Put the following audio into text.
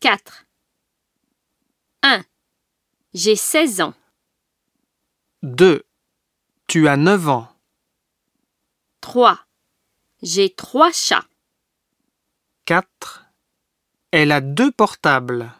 4. 1. J'ai 16 ans. 2. Tu as 9 ans. 3. J'ai trois chats. 4. Elle a deux portables.